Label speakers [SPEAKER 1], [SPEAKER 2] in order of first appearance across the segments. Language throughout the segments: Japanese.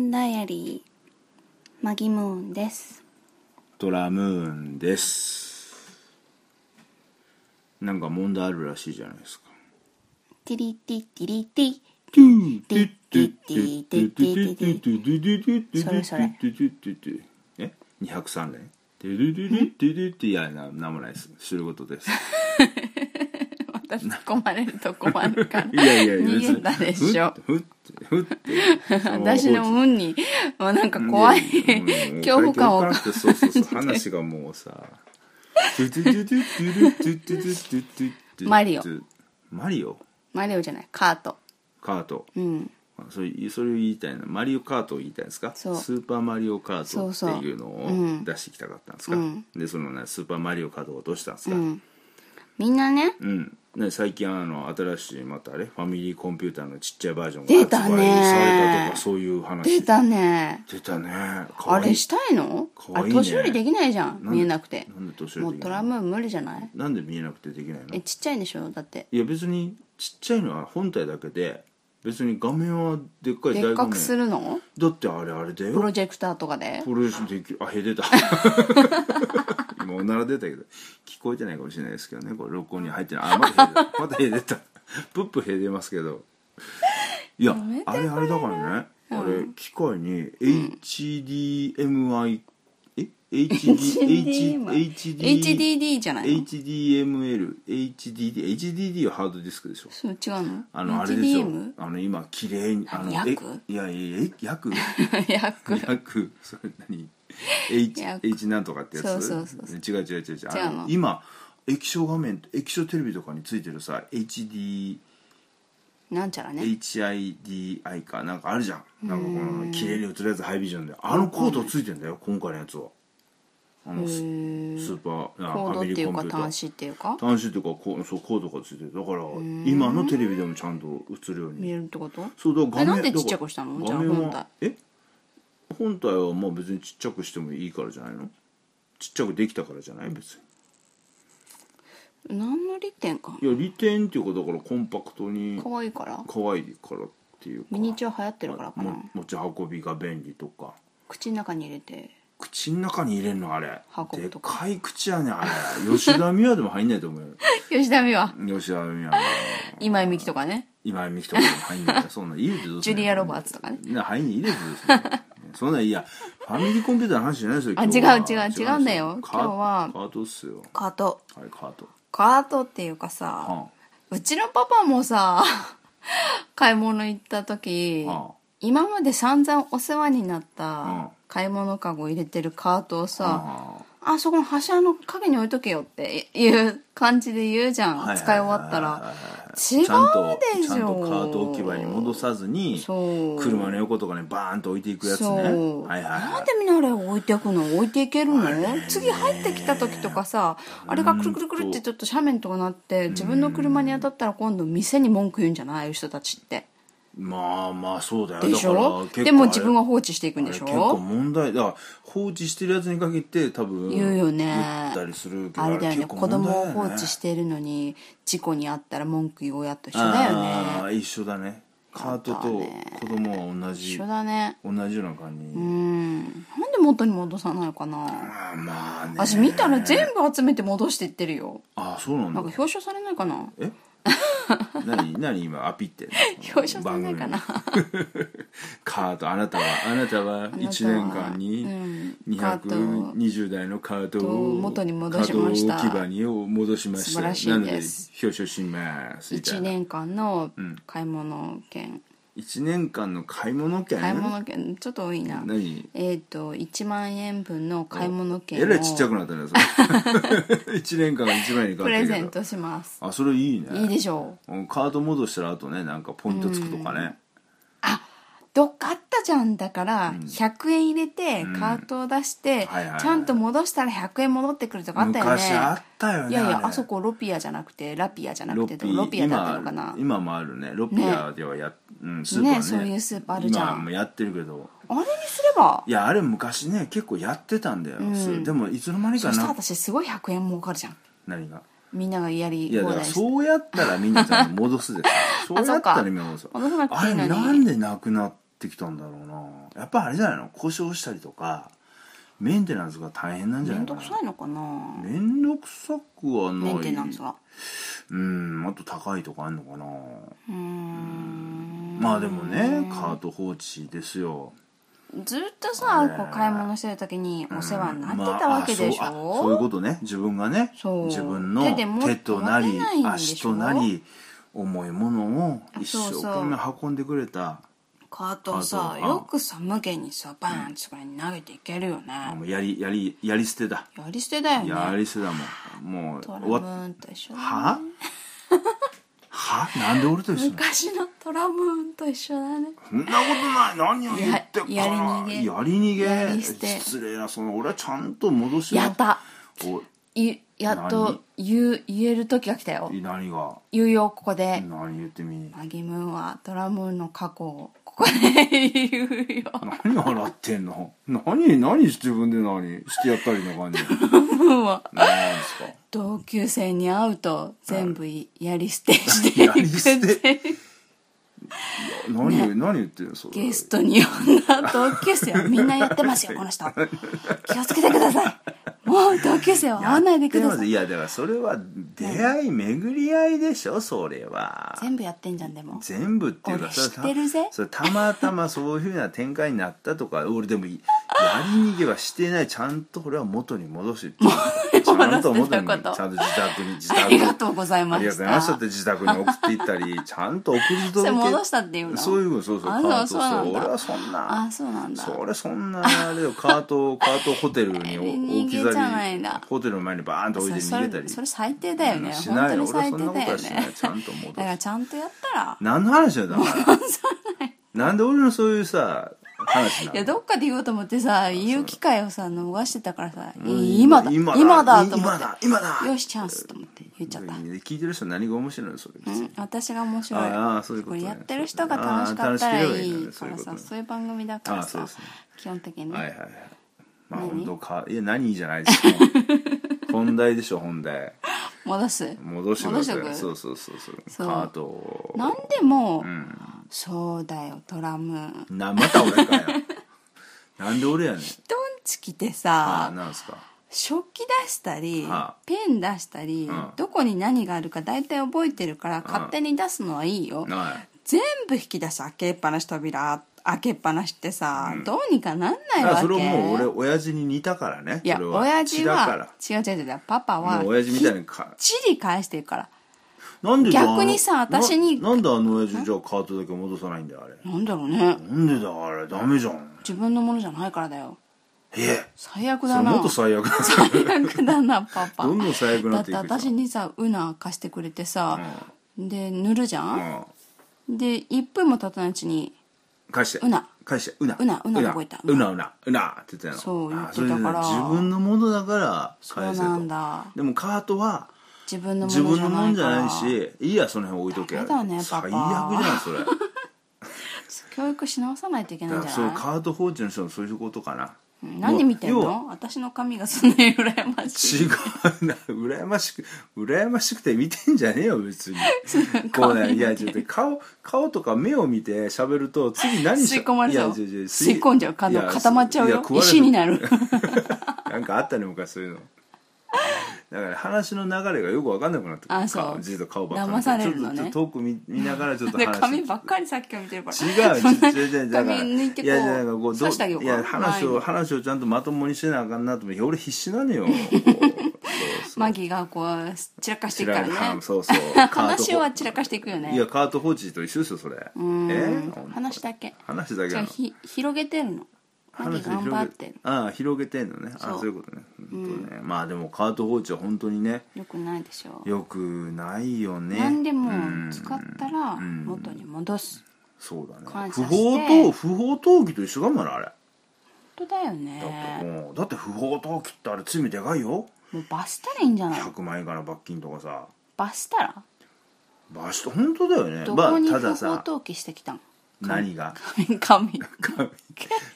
[SPEAKER 1] リーマギムーンです
[SPEAKER 2] ドラムーンですなんか問題あるらしいじゃないですか
[SPEAKER 1] ティリティティリティそれそれ
[SPEAKER 2] え203連てるるるてるっていやななんもないです知ることです
[SPEAKER 1] 私突っ込まれると困るから
[SPEAKER 2] いやいやいや
[SPEAKER 1] 逃げたでしょ
[SPEAKER 2] ふっふっふっ
[SPEAKER 1] 私の運にもうなんか怖い恐怖感を
[SPEAKER 2] 感じてそうそうそう話がもうさ
[SPEAKER 1] マリオ
[SPEAKER 2] マリオ
[SPEAKER 1] マリオじゃないカート
[SPEAKER 2] カート
[SPEAKER 1] うん
[SPEAKER 2] それそれを言いたいのマリオカートを言いたいんですかス
[SPEAKER 1] そう
[SPEAKER 2] ーパーマリオカート
[SPEAKER 1] そうそう
[SPEAKER 2] っていうのを
[SPEAKER 1] うん
[SPEAKER 2] 出してきたかったんですか、
[SPEAKER 1] うん
[SPEAKER 2] でそのねスーパーマリオカートをどうしたんです
[SPEAKER 1] う
[SPEAKER 2] か、
[SPEAKER 1] んみんなね
[SPEAKER 2] うんね、最近あの新しいまたあれファミリーコンピューターのちっちゃいバージョン
[SPEAKER 1] 出
[SPEAKER 2] が
[SPEAKER 1] た
[SPEAKER 2] 発
[SPEAKER 1] ね
[SPEAKER 2] 売されたとかそういう話
[SPEAKER 1] 出たね
[SPEAKER 2] 出たねか
[SPEAKER 1] あ
[SPEAKER 2] わい
[SPEAKER 1] れ
[SPEAKER 2] い
[SPEAKER 1] したいの
[SPEAKER 2] か
[SPEAKER 1] あ
[SPEAKER 2] わ
[SPEAKER 1] れ
[SPEAKER 2] いいね
[SPEAKER 1] 年寄りできないじゃん
[SPEAKER 2] なんで
[SPEAKER 1] 見えなくて
[SPEAKER 2] なんで年寄
[SPEAKER 1] も
[SPEAKER 2] り
[SPEAKER 1] う
[SPEAKER 2] でき
[SPEAKER 1] ド
[SPEAKER 2] な
[SPEAKER 1] ラ
[SPEAKER 2] い
[SPEAKER 1] ムーン無理じゃない
[SPEAKER 2] なんで見えなくてできないの
[SPEAKER 1] えちっちゃいんでしょだって
[SPEAKER 2] いや別にちっちゃいのは本体だけで別に画面はでっかい
[SPEAKER 1] でっ
[SPEAKER 2] 大画
[SPEAKER 1] か
[SPEAKER 2] 面
[SPEAKER 1] くするの
[SPEAKER 2] だってあれあれだよ
[SPEAKER 1] プロジェクターとかで
[SPEAKER 2] これできるあへ でた今おなら出たけど聞こえてないかもしれないですけどねこれ録音に入ってないあまだへで たまだへでたプップへでますけどいや
[SPEAKER 1] めて
[SPEAKER 2] あれあれだからね、あれ機械に HDMI、え
[SPEAKER 1] HDMI
[SPEAKER 2] HDHD
[SPEAKER 1] HDD じゃないの
[SPEAKER 2] HDML、HDD、HDD はハードディスクでしょ。
[SPEAKER 1] そう違うの
[SPEAKER 2] あの、あれでしょ
[SPEAKER 1] HDM。
[SPEAKER 2] あの、今、綺麗に、あの、え
[SPEAKER 1] 約
[SPEAKER 2] いやいや、え約
[SPEAKER 1] 約
[SPEAKER 2] 約それ何 H,
[SPEAKER 1] 約
[SPEAKER 2] H なんとかってやつ
[SPEAKER 1] そうそうそうそ
[SPEAKER 2] 違う違う違う違うあ
[SPEAKER 1] 違う
[SPEAKER 2] の
[SPEAKER 1] の
[SPEAKER 2] 今液晶画面液晶テレビとかについてるさ HD
[SPEAKER 1] なんちゃらね
[SPEAKER 2] HIDI かなんかあるじゃんなんかこの綺麗に映るやつハイビジョンであのコードついてんだよ今回のやつはあのススーパーあ
[SPEAKER 1] コードっていうか
[SPEAKER 2] ファミリーコンピューター
[SPEAKER 1] 端子っていうか
[SPEAKER 2] 端子っていうかこうそうコードがついてるだから今のテレビでもちゃんと映るように
[SPEAKER 1] 見えるってこと
[SPEAKER 2] そうだから
[SPEAKER 1] え
[SPEAKER 2] 画面
[SPEAKER 1] なんでちっちゃくしたの
[SPEAKER 2] だ
[SPEAKER 1] じゃ
[SPEAKER 2] から
[SPEAKER 1] あ
[SPEAKER 2] 画面は
[SPEAKER 1] 本体
[SPEAKER 2] え本体はまあ別にちっちゃくしてもいいからじゃないのちっちゃくできたからじゃない別
[SPEAKER 1] 何の利点か
[SPEAKER 2] にいや利点っていうかだからコンパクトに
[SPEAKER 1] 可愛いから
[SPEAKER 2] 可愛いからっていうか
[SPEAKER 1] ミニチュア流行ってるからかな
[SPEAKER 2] も持ち運びが便利とか
[SPEAKER 1] 口の中に入れて
[SPEAKER 2] 口の中に入れるのあれ
[SPEAKER 1] 運
[SPEAKER 2] で
[SPEAKER 1] ぶ
[SPEAKER 2] っ
[SPEAKER 1] とか
[SPEAKER 2] かい口やね あれ吉田美和でも入んないと思うよ
[SPEAKER 1] 吉田美和
[SPEAKER 2] 吉田美和は
[SPEAKER 1] 今井美樹とかね
[SPEAKER 2] 今井美樹とかでも入んないよそんなんいいでどう
[SPEAKER 1] ジュリア・ロバーツとかね
[SPEAKER 2] な入んいいですよそん なそんないいやファミリーコンピューターの話じゃないですよ
[SPEAKER 1] あ
[SPEAKER 2] 今日は
[SPEAKER 1] 違う違う違うんだよ
[SPEAKER 2] カ
[SPEAKER 1] 今日は
[SPEAKER 2] カートっすよ
[SPEAKER 1] カート
[SPEAKER 2] はいカート
[SPEAKER 1] カートっていうか
[SPEAKER 2] は
[SPEAKER 1] さうちのパパもさ 買い物行った時
[SPEAKER 2] あは
[SPEAKER 1] 今まで散々お世話になっ
[SPEAKER 2] うん
[SPEAKER 1] た買い物かご入れてるカートを
[SPEAKER 2] あ
[SPEAKER 1] さ
[SPEAKER 2] は
[SPEAKER 1] あそこの柱の影に置いとけよっていう感じで言うじゃん、
[SPEAKER 2] あはい
[SPEAKER 1] 使い終わった
[SPEAKER 2] はいはい
[SPEAKER 1] ら
[SPEAKER 2] はいはい
[SPEAKER 1] 違うでしょ
[SPEAKER 2] ちゃんとちゃんとカート置き場に戻さずに
[SPEAKER 1] そう
[SPEAKER 2] 車の横とかにバーンと置いていくやつね
[SPEAKER 1] そう、
[SPEAKER 2] はいは
[SPEAKER 1] な
[SPEAKER 2] いは
[SPEAKER 1] んでみんなあれ置いていくの置いていけるの次入ってきた時とかさあれがくるくるくるってちょっと斜面とかなって自分の車に当たったら今度店に文句言うんじゃないああいう人たちって
[SPEAKER 2] いまあまあそうだよ
[SPEAKER 1] でしょでも自分が放置していくんでし
[SPEAKER 2] あれ結構
[SPEAKER 1] ょ
[SPEAKER 2] 問題だから放置してるやつに限って多分
[SPEAKER 1] 言うよね
[SPEAKER 2] 言ったりするけど
[SPEAKER 1] あれだよね
[SPEAKER 2] 結構
[SPEAKER 1] 子
[SPEAKER 2] 問題
[SPEAKER 1] 供を
[SPEAKER 2] だよね
[SPEAKER 1] 放置しているのに事故に遭ったら文句言う親と一緒だよ
[SPEAKER 2] あ
[SPEAKER 1] ね
[SPEAKER 2] ー一緒だねカートと子供は同じ
[SPEAKER 1] 一緒だね
[SPEAKER 2] 同じような感じ、
[SPEAKER 1] うんなんで元に戻さないのかな
[SPEAKER 2] あーまあね
[SPEAKER 1] 私見たら全部集めて戻していってるよ
[SPEAKER 2] あーそうなん
[SPEAKER 1] な
[SPEAKER 2] だ
[SPEAKER 1] んか表彰されないかな
[SPEAKER 2] え何何今アピってんの
[SPEAKER 1] 表彰されないかな
[SPEAKER 2] 番組カートあなたはあなたは1年間に
[SPEAKER 1] うんカート
[SPEAKER 2] 220台のカートを
[SPEAKER 1] 元に戻しました
[SPEAKER 2] カート置き場にを戻しました
[SPEAKER 1] 素晴らしいで
[SPEAKER 2] なので表彰しますみた
[SPEAKER 1] 1
[SPEAKER 2] いな
[SPEAKER 1] 年間の
[SPEAKER 2] ん
[SPEAKER 1] 買い物券、
[SPEAKER 2] 1年間の買い物券
[SPEAKER 1] 買い物券ちょっと多いな
[SPEAKER 2] 何
[SPEAKER 1] えっ、と1万円分の買い物券
[SPEAKER 2] えらいちっちゃ
[SPEAKER 1] を
[SPEAKER 2] くなったねそ れ一年間一枚に買って
[SPEAKER 1] プレゼントします
[SPEAKER 2] あそれいいね
[SPEAKER 1] いいでしょう
[SPEAKER 2] うんカード戻したらあとねなんかポイントつくとかね
[SPEAKER 1] どっかあったじゃんだから100円入れてカートを出して
[SPEAKER 2] はいはいはい
[SPEAKER 1] ちゃんと戻したら100円戻ってくるとかあったよね
[SPEAKER 2] 昔あったよね
[SPEAKER 1] いやい
[SPEAKER 2] れ
[SPEAKER 1] やあそこロピアじゃなくてラピアじゃな
[SPEAKER 2] ロ
[SPEAKER 1] く
[SPEAKER 2] ピ
[SPEAKER 1] てロピアだったのか
[SPEAKER 2] 今
[SPEAKER 1] な
[SPEAKER 2] 今もあるねロピアではや、うん、スーパーね
[SPEAKER 1] ねそういうスーパーあるじゃん
[SPEAKER 2] 今もやってるけど
[SPEAKER 1] あれにすれば
[SPEAKER 2] いやあれ昔ね結構やってたんだよ、
[SPEAKER 1] ん
[SPEAKER 2] でもいつの間に
[SPEAKER 1] そ
[SPEAKER 2] か
[SPEAKER 1] したら
[SPEAKER 2] な
[SPEAKER 1] 私すごい100円儲かるじゃん
[SPEAKER 2] 何が
[SPEAKER 1] みんながやり
[SPEAKER 2] いや
[SPEAKER 1] 放
[SPEAKER 2] だか
[SPEAKER 1] 題
[SPEAKER 2] ら
[SPEAKER 1] して
[SPEAKER 2] そう やったらみんなちゃんと戻すでしょそうやったらみんな戻す
[SPEAKER 1] あそうか戻さなくていいのに
[SPEAKER 2] あれなんでなくなっってきたんだろうなやっぱあれじゃないの故障したりとかメンテナンスが大変なんじゃ
[SPEAKER 1] め
[SPEAKER 2] ない
[SPEAKER 1] んど
[SPEAKER 2] かな
[SPEAKER 1] くさいのかな
[SPEAKER 2] めんどくさくはない
[SPEAKER 1] メンテナンスが
[SPEAKER 2] うんもっと高いとかあんのか
[SPEAKER 1] う
[SPEAKER 2] な
[SPEAKER 1] ーん
[SPEAKER 2] まあでもねカート放置ですよ
[SPEAKER 1] ずっとさこう買い物してる時にお世話になってたわけでしょ、
[SPEAKER 2] まああそうあそういうことね自分がね
[SPEAKER 1] そう
[SPEAKER 2] 自分の
[SPEAKER 1] 手で持っ
[SPEAKER 2] 手となり
[SPEAKER 1] 持てないんでしょ
[SPEAKER 2] 足となり重いものを一
[SPEAKER 1] そう
[SPEAKER 2] 生
[SPEAKER 1] そう
[SPEAKER 2] 懸命運んでくれた
[SPEAKER 1] カートを
[SPEAKER 2] カー
[SPEAKER 1] さ
[SPEAKER 2] トを
[SPEAKER 1] よくさ無限にさバーンってそこに投げていけるよ
[SPEAKER 2] あ
[SPEAKER 1] ね、
[SPEAKER 2] もうやりやりやり捨てだ
[SPEAKER 1] やり捨てだよね
[SPEAKER 2] やり捨てだもんもう
[SPEAKER 1] ドラ
[SPEAKER 2] 終
[SPEAKER 1] ム
[SPEAKER 2] わっ
[SPEAKER 1] ーンと一緒だね
[SPEAKER 2] ははなんで俺と一緒なの
[SPEAKER 1] 昔のトラムーンと一緒だね
[SPEAKER 2] そんなことない何を言ってっかな
[SPEAKER 1] や
[SPEAKER 2] やり逃げ
[SPEAKER 1] やり捨て
[SPEAKER 2] 失礼なその俺はちゃんと戻しま
[SPEAKER 1] やった
[SPEAKER 2] お
[SPEAKER 1] いやっと言う言える時が来たよ
[SPEAKER 2] い何が
[SPEAKER 1] 言うよここで
[SPEAKER 2] 何言ってみ
[SPEAKER 1] マギムーンはトラムーンの過去をここで言うよ
[SPEAKER 2] 何笑ってんの何何自分で何してやったりの感じ
[SPEAKER 1] トラムーンは
[SPEAKER 2] 何ですか
[SPEAKER 1] 同級生に会うと全部いやり捨てして
[SPEAKER 2] やり捨
[SPEAKER 1] いくって
[SPEAKER 2] て何、何言ってんのそれ
[SPEAKER 1] ゲストに呼んだ同級生はみんなやって ますよこの人気をつけてくださいもう同級生は会わないでください
[SPEAKER 2] いやだからそれは出会い巡り合いでしょそれは
[SPEAKER 1] 全部やってんじゃんでも
[SPEAKER 2] 全部っていうか
[SPEAKER 1] 俺
[SPEAKER 2] それ
[SPEAKER 1] 知ってるぜ
[SPEAKER 2] それたまたまそういうふうな展開になったとか俺でもいやり逃げはしてないちゃんと俺は元に 戻しちゃんと元にちゃん
[SPEAKER 1] 戻すってこと
[SPEAKER 2] と自宅に自宅
[SPEAKER 1] ありがとうござい
[SPEAKER 2] あ
[SPEAKER 1] ま
[SPEAKER 2] りがとうご
[SPEAKER 1] し
[SPEAKER 2] ざいました
[SPEAKER 1] た
[SPEAKER 2] って自宅に送っていったりちゃんと送り届 け
[SPEAKER 1] それ戻したっていうの
[SPEAKER 2] そういうことそうそう
[SPEAKER 1] あ
[SPEAKER 2] カート
[SPEAKER 1] そうそうなんだ
[SPEAKER 2] 俺はそんな
[SPEAKER 1] あそうなんだ
[SPEAKER 2] それそんなあれよカー トカートホテルに
[SPEAKER 1] やり
[SPEAKER 2] 置
[SPEAKER 1] 逃
[SPEAKER 2] き
[SPEAKER 1] げじゃないんだ
[SPEAKER 2] 去りホテルの前にバーンと置いて
[SPEAKER 1] そ
[SPEAKER 2] 逃げた
[SPEAKER 1] れ
[SPEAKER 2] り
[SPEAKER 1] それ最低だよね、
[SPEAKER 2] うんし
[SPEAKER 1] 本
[SPEAKER 2] な
[SPEAKER 1] 当
[SPEAKER 2] いよ
[SPEAKER 1] に最低
[SPEAKER 2] 俺はそんな
[SPEAKER 1] だ
[SPEAKER 2] こと
[SPEAKER 1] よ
[SPEAKER 2] はしない
[SPEAKER 1] ね
[SPEAKER 2] ちゃんと戻す
[SPEAKER 1] だからちゃんとやったら
[SPEAKER 2] 何の話だよ だからなんで俺のそういうさ話ない
[SPEAKER 1] や
[SPEAKER 2] の
[SPEAKER 1] どっかで言おうと思ってさ言う機会をさ逃してたからさ、
[SPEAKER 2] うん
[SPEAKER 1] 今だ今
[SPEAKER 2] 今
[SPEAKER 1] だ
[SPEAKER 2] だ
[SPEAKER 1] と思っ
[SPEAKER 2] 今だ今だ
[SPEAKER 1] てよしチャンスと思って言っちゃった、
[SPEAKER 2] 聞いてる人何が面白いのそれ
[SPEAKER 1] うん、私が面白い
[SPEAKER 2] ああそういうことね
[SPEAKER 1] れやってる人が楽しかったら
[SPEAKER 2] ああ楽しければいい
[SPEAKER 1] い
[SPEAKER 2] の
[SPEAKER 1] い
[SPEAKER 2] ねそ
[SPEAKER 1] か
[SPEAKER 2] うい
[SPEAKER 1] ら
[SPEAKER 2] うこと
[SPEAKER 1] さそういう番組だから
[SPEAKER 2] ああそ
[SPEAKER 1] さ
[SPEAKER 2] うですね
[SPEAKER 1] 基本的にね、
[SPEAKER 2] はいはいはいまあ
[SPEAKER 1] 何
[SPEAKER 2] 本当かいや何じゃな いですよ本題でしょ本題
[SPEAKER 1] 戻す
[SPEAKER 2] 戻してくだ
[SPEAKER 1] 戻し
[SPEAKER 2] さ
[SPEAKER 1] て
[SPEAKER 2] い
[SPEAKER 1] く
[SPEAKER 2] そうそうそうそう
[SPEAKER 1] そう
[SPEAKER 2] カートを
[SPEAKER 1] なんでも、
[SPEAKER 2] うん
[SPEAKER 1] そうだよトラムーン
[SPEAKER 2] なまた俺かよ なんで俺やねん
[SPEAKER 1] ドンチキて
[SPEAKER 2] あ
[SPEAKER 1] さ
[SPEAKER 2] あなんすか
[SPEAKER 1] 食器出したり、
[SPEAKER 2] はあ
[SPEAKER 1] ペン出したり、
[SPEAKER 2] うん
[SPEAKER 1] どこに何があるか大体覚えてるから勝手に出すのはいいよ、
[SPEAKER 2] はい
[SPEAKER 1] 全部引き出し開けっぱなし扉開けっぱなしってさ、どうにかなんない
[SPEAKER 2] だか
[SPEAKER 1] わ
[SPEAKER 2] ら
[SPEAKER 1] け
[SPEAKER 2] それをもう俺親父に似たからね
[SPEAKER 1] いや
[SPEAKER 2] それは
[SPEAKER 1] 親父
[SPEAKER 2] 血だ
[SPEAKER 1] は
[SPEAKER 2] か
[SPEAKER 1] 違う違う違うパパ
[SPEAKER 2] ら
[SPEAKER 1] は
[SPEAKER 2] もう親父みたいにか
[SPEAKER 1] きっちり返してるから
[SPEAKER 2] なんでじゃあ
[SPEAKER 1] 逆にさ
[SPEAKER 2] な
[SPEAKER 1] 私に
[SPEAKER 2] なんであの親父じゃあカートだけ戻さないんだよあれ
[SPEAKER 1] なんだろうね
[SPEAKER 2] なんでだあれダメじゃん
[SPEAKER 1] 自分のものじゃないからだよ
[SPEAKER 2] え
[SPEAKER 1] 最悪
[SPEAKER 2] そ
[SPEAKER 1] だ
[SPEAKER 2] れ
[SPEAKER 1] な
[SPEAKER 2] もっと最悪だ
[SPEAKER 1] 最悪だなパパ
[SPEAKER 2] どんどん最悪
[SPEAKER 1] だ
[SPEAKER 2] にな
[SPEAKER 1] っ
[SPEAKER 2] って
[SPEAKER 1] て
[SPEAKER 2] いくじゃん
[SPEAKER 1] 私にさウナ貸してくれてさ、で塗るじゃ、
[SPEAKER 2] うんん
[SPEAKER 1] で1分も経たないうちに
[SPEAKER 2] 返して
[SPEAKER 1] うな
[SPEAKER 2] 返してうな
[SPEAKER 1] うなうな覚えた
[SPEAKER 2] うなうなうなって言ってたの
[SPEAKER 1] そう言ってた
[SPEAKER 2] あれでね
[SPEAKER 1] から
[SPEAKER 2] 自分のものだから
[SPEAKER 1] そう
[SPEAKER 2] 返せと
[SPEAKER 1] なんだ
[SPEAKER 2] でもカートは
[SPEAKER 1] 自分のも
[SPEAKER 2] 自
[SPEAKER 1] の
[SPEAKER 2] 分
[SPEAKER 1] じゃ
[SPEAKER 2] の
[SPEAKER 1] な
[SPEAKER 2] も
[SPEAKER 1] い
[SPEAKER 2] んじ
[SPEAKER 1] か
[SPEAKER 2] ゃ
[SPEAKER 1] ら
[SPEAKER 2] ないしいいやその辺置いとけ
[SPEAKER 1] ダメだねパパ
[SPEAKER 2] 最悪じゃんそれ
[SPEAKER 1] 教育し直さないといけない
[SPEAKER 2] だ
[SPEAKER 1] ん
[SPEAKER 2] か
[SPEAKER 1] じ
[SPEAKER 2] ら
[SPEAKER 1] ゃ
[SPEAKER 2] そういう
[SPEAKER 1] ない
[SPEAKER 2] カート放置の人のそういうことかな
[SPEAKER 1] うん何見てん
[SPEAKER 2] もう要は
[SPEAKER 1] の私の髪がそんなに羨 ましい
[SPEAKER 2] 違うな羨ましく羨ましくて見てんじゃねえよ 別にこうねいやちょっと顔顔とか目を見て喋ると次何し
[SPEAKER 1] 吸い込まれちゃう
[SPEAKER 2] いや違違
[SPEAKER 1] 吸い込んじゃう感度
[SPEAKER 2] いや
[SPEAKER 1] 固まっちゃう
[SPEAKER 2] いや
[SPEAKER 1] よ
[SPEAKER 2] 食われ
[SPEAKER 1] 石になる
[SPEAKER 2] なんかあったね昔そういうのだから話の流れがよく分かんなくなってくる
[SPEAKER 1] あそう
[SPEAKER 2] 顔じっと顔ばっかり見
[SPEAKER 1] 騙され
[SPEAKER 2] て
[SPEAKER 1] るのね
[SPEAKER 2] ちょっとちょっと遠く見見ながらちょっと
[SPEAKER 1] で
[SPEAKER 2] 話
[SPEAKER 1] 髪ばっかりさっきから見てるから
[SPEAKER 2] 違うよ
[SPEAKER 1] そんな
[SPEAKER 2] 違う違うだから
[SPEAKER 1] 髪抜いてこう
[SPEAKER 2] いやいやなんかこうど
[SPEAKER 1] 刺してあげよう
[SPEAKER 2] い
[SPEAKER 1] か
[SPEAKER 2] や話
[SPEAKER 1] 前
[SPEAKER 2] を
[SPEAKER 1] に
[SPEAKER 2] 話をちゃんとまともにしなあかんなと思って俺必死なの よこうそうそう
[SPEAKER 1] マギがこう散らかしていくから
[SPEAKER 2] 散ら
[SPEAKER 1] ね
[SPEAKER 2] かそうそう
[SPEAKER 1] 話は散らかしていくよ
[SPEAKER 2] い
[SPEAKER 1] ね
[SPEAKER 2] やカート放置と一緒ですよそれえ
[SPEAKER 1] うん
[SPEAKER 2] ー
[SPEAKER 1] 話だけ
[SPEAKER 2] 話だけ
[SPEAKER 1] じゃあ
[SPEAKER 2] なの
[SPEAKER 1] ひ広げてるのマギ
[SPEAKER 2] 話
[SPEAKER 1] 頑張ってる
[SPEAKER 2] ああ広げてんのねあ
[SPEAKER 1] そ
[SPEAKER 2] あ
[SPEAKER 1] う
[SPEAKER 2] そういうことね本当ねまあでもカート放置は本当にね
[SPEAKER 1] よくないでしょ
[SPEAKER 2] よくないよね
[SPEAKER 1] 何で
[SPEAKER 2] うん
[SPEAKER 1] も使ったら元に戻す
[SPEAKER 2] そうだね
[SPEAKER 1] 感
[SPEAKER 2] 不
[SPEAKER 1] 謝して
[SPEAKER 2] 法投不法投棄と一緒だもんなあれ
[SPEAKER 1] 本当だよ
[SPEAKER 2] だって
[SPEAKER 1] ね
[SPEAKER 2] もうだって不法投棄ってあれ罪でかいよ
[SPEAKER 1] もう罰したらいいんじゃ ない
[SPEAKER 2] 100万円以下の罰金とかさ
[SPEAKER 1] 罰したら
[SPEAKER 2] 罰して本当だよね
[SPEAKER 1] どこに
[SPEAKER 2] まあ
[SPEAKER 1] 不
[SPEAKER 2] ただ
[SPEAKER 1] 法
[SPEAKER 2] さ
[SPEAKER 1] 投棄してきたの
[SPEAKER 2] 何が
[SPEAKER 1] 神
[SPEAKER 2] 神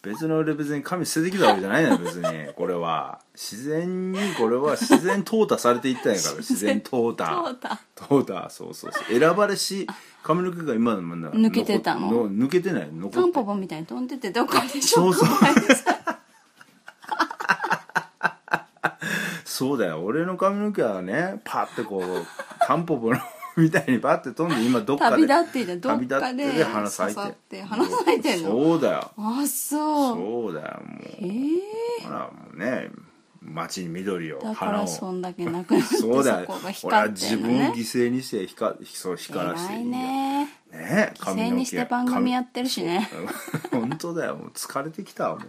[SPEAKER 2] 別の俺別に神捨ててきたわけじゃないのよ別にこれは自然にこれは自然淘汰されていったんや から自然淘
[SPEAKER 1] そう
[SPEAKER 2] 汰
[SPEAKER 1] だ
[SPEAKER 2] 淘汰そうそうそう選ばれし髪の毛が今のまだ
[SPEAKER 1] 抜けてたの
[SPEAKER 2] 残っ抜けてない残
[SPEAKER 1] タン
[SPEAKER 2] っ
[SPEAKER 1] ポ
[SPEAKER 2] て
[SPEAKER 1] ポみたいに飛んでてどこでしょ
[SPEAKER 2] そうそう
[SPEAKER 1] 怖いです
[SPEAKER 2] そうだよ俺の髪の毛はねパッてこうタンポポのみたいにパッて飛んで今どっか
[SPEAKER 1] 旅
[SPEAKER 2] で
[SPEAKER 1] 立っていたどっ
[SPEAKER 2] 旅立
[SPEAKER 1] かで
[SPEAKER 2] って花咲い
[SPEAKER 1] 刺さってて花咲いてんの
[SPEAKER 2] そうだよ
[SPEAKER 1] あそう
[SPEAKER 2] そうだよもう
[SPEAKER 1] ええ
[SPEAKER 2] ほらもうね街に緑を
[SPEAKER 1] だか
[SPEAKER 2] 花を
[SPEAKER 1] らそんだけなくなってそ
[SPEAKER 2] そう
[SPEAKER 1] こ
[SPEAKER 2] だよ
[SPEAKER 1] が
[SPEAKER 2] 俺は
[SPEAKER 1] 光って
[SPEAKER 2] 自
[SPEAKER 1] んの
[SPEAKER 2] 分を
[SPEAKER 1] ね
[SPEAKER 2] 犠牲にして光そう光らせ
[SPEAKER 1] 偉
[SPEAKER 2] て
[SPEAKER 1] い
[SPEAKER 2] いいんだよね
[SPEAKER 1] ね
[SPEAKER 2] え
[SPEAKER 1] 犠牲にして番組やってるしね
[SPEAKER 2] 髪の毛本当だよもう疲れてきたわもう